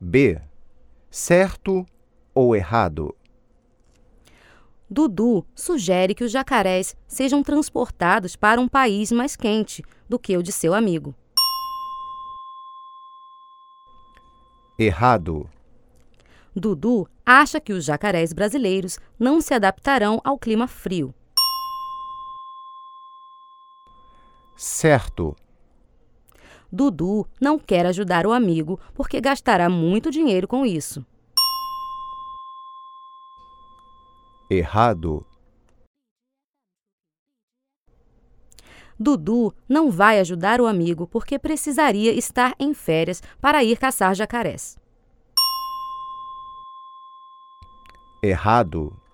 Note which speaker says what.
Speaker 1: B. Certo ou errado?
Speaker 2: Dudu sugere que os jacarés sejam transportados para um país mais quente do que o de seu amigo.
Speaker 1: Errado.
Speaker 2: Dudu acha que os jacarés brasileiros não se adaptarão ao clima frio.
Speaker 1: Certo.
Speaker 2: Dudu não quer ajudar o amigo porque gastará muito dinheiro com isso.
Speaker 1: Errado.
Speaker 2: Dudu não vai ajudar o amigo porque precisaria estar em férias para ir caçar jacarés.
Speaker 1: Errado.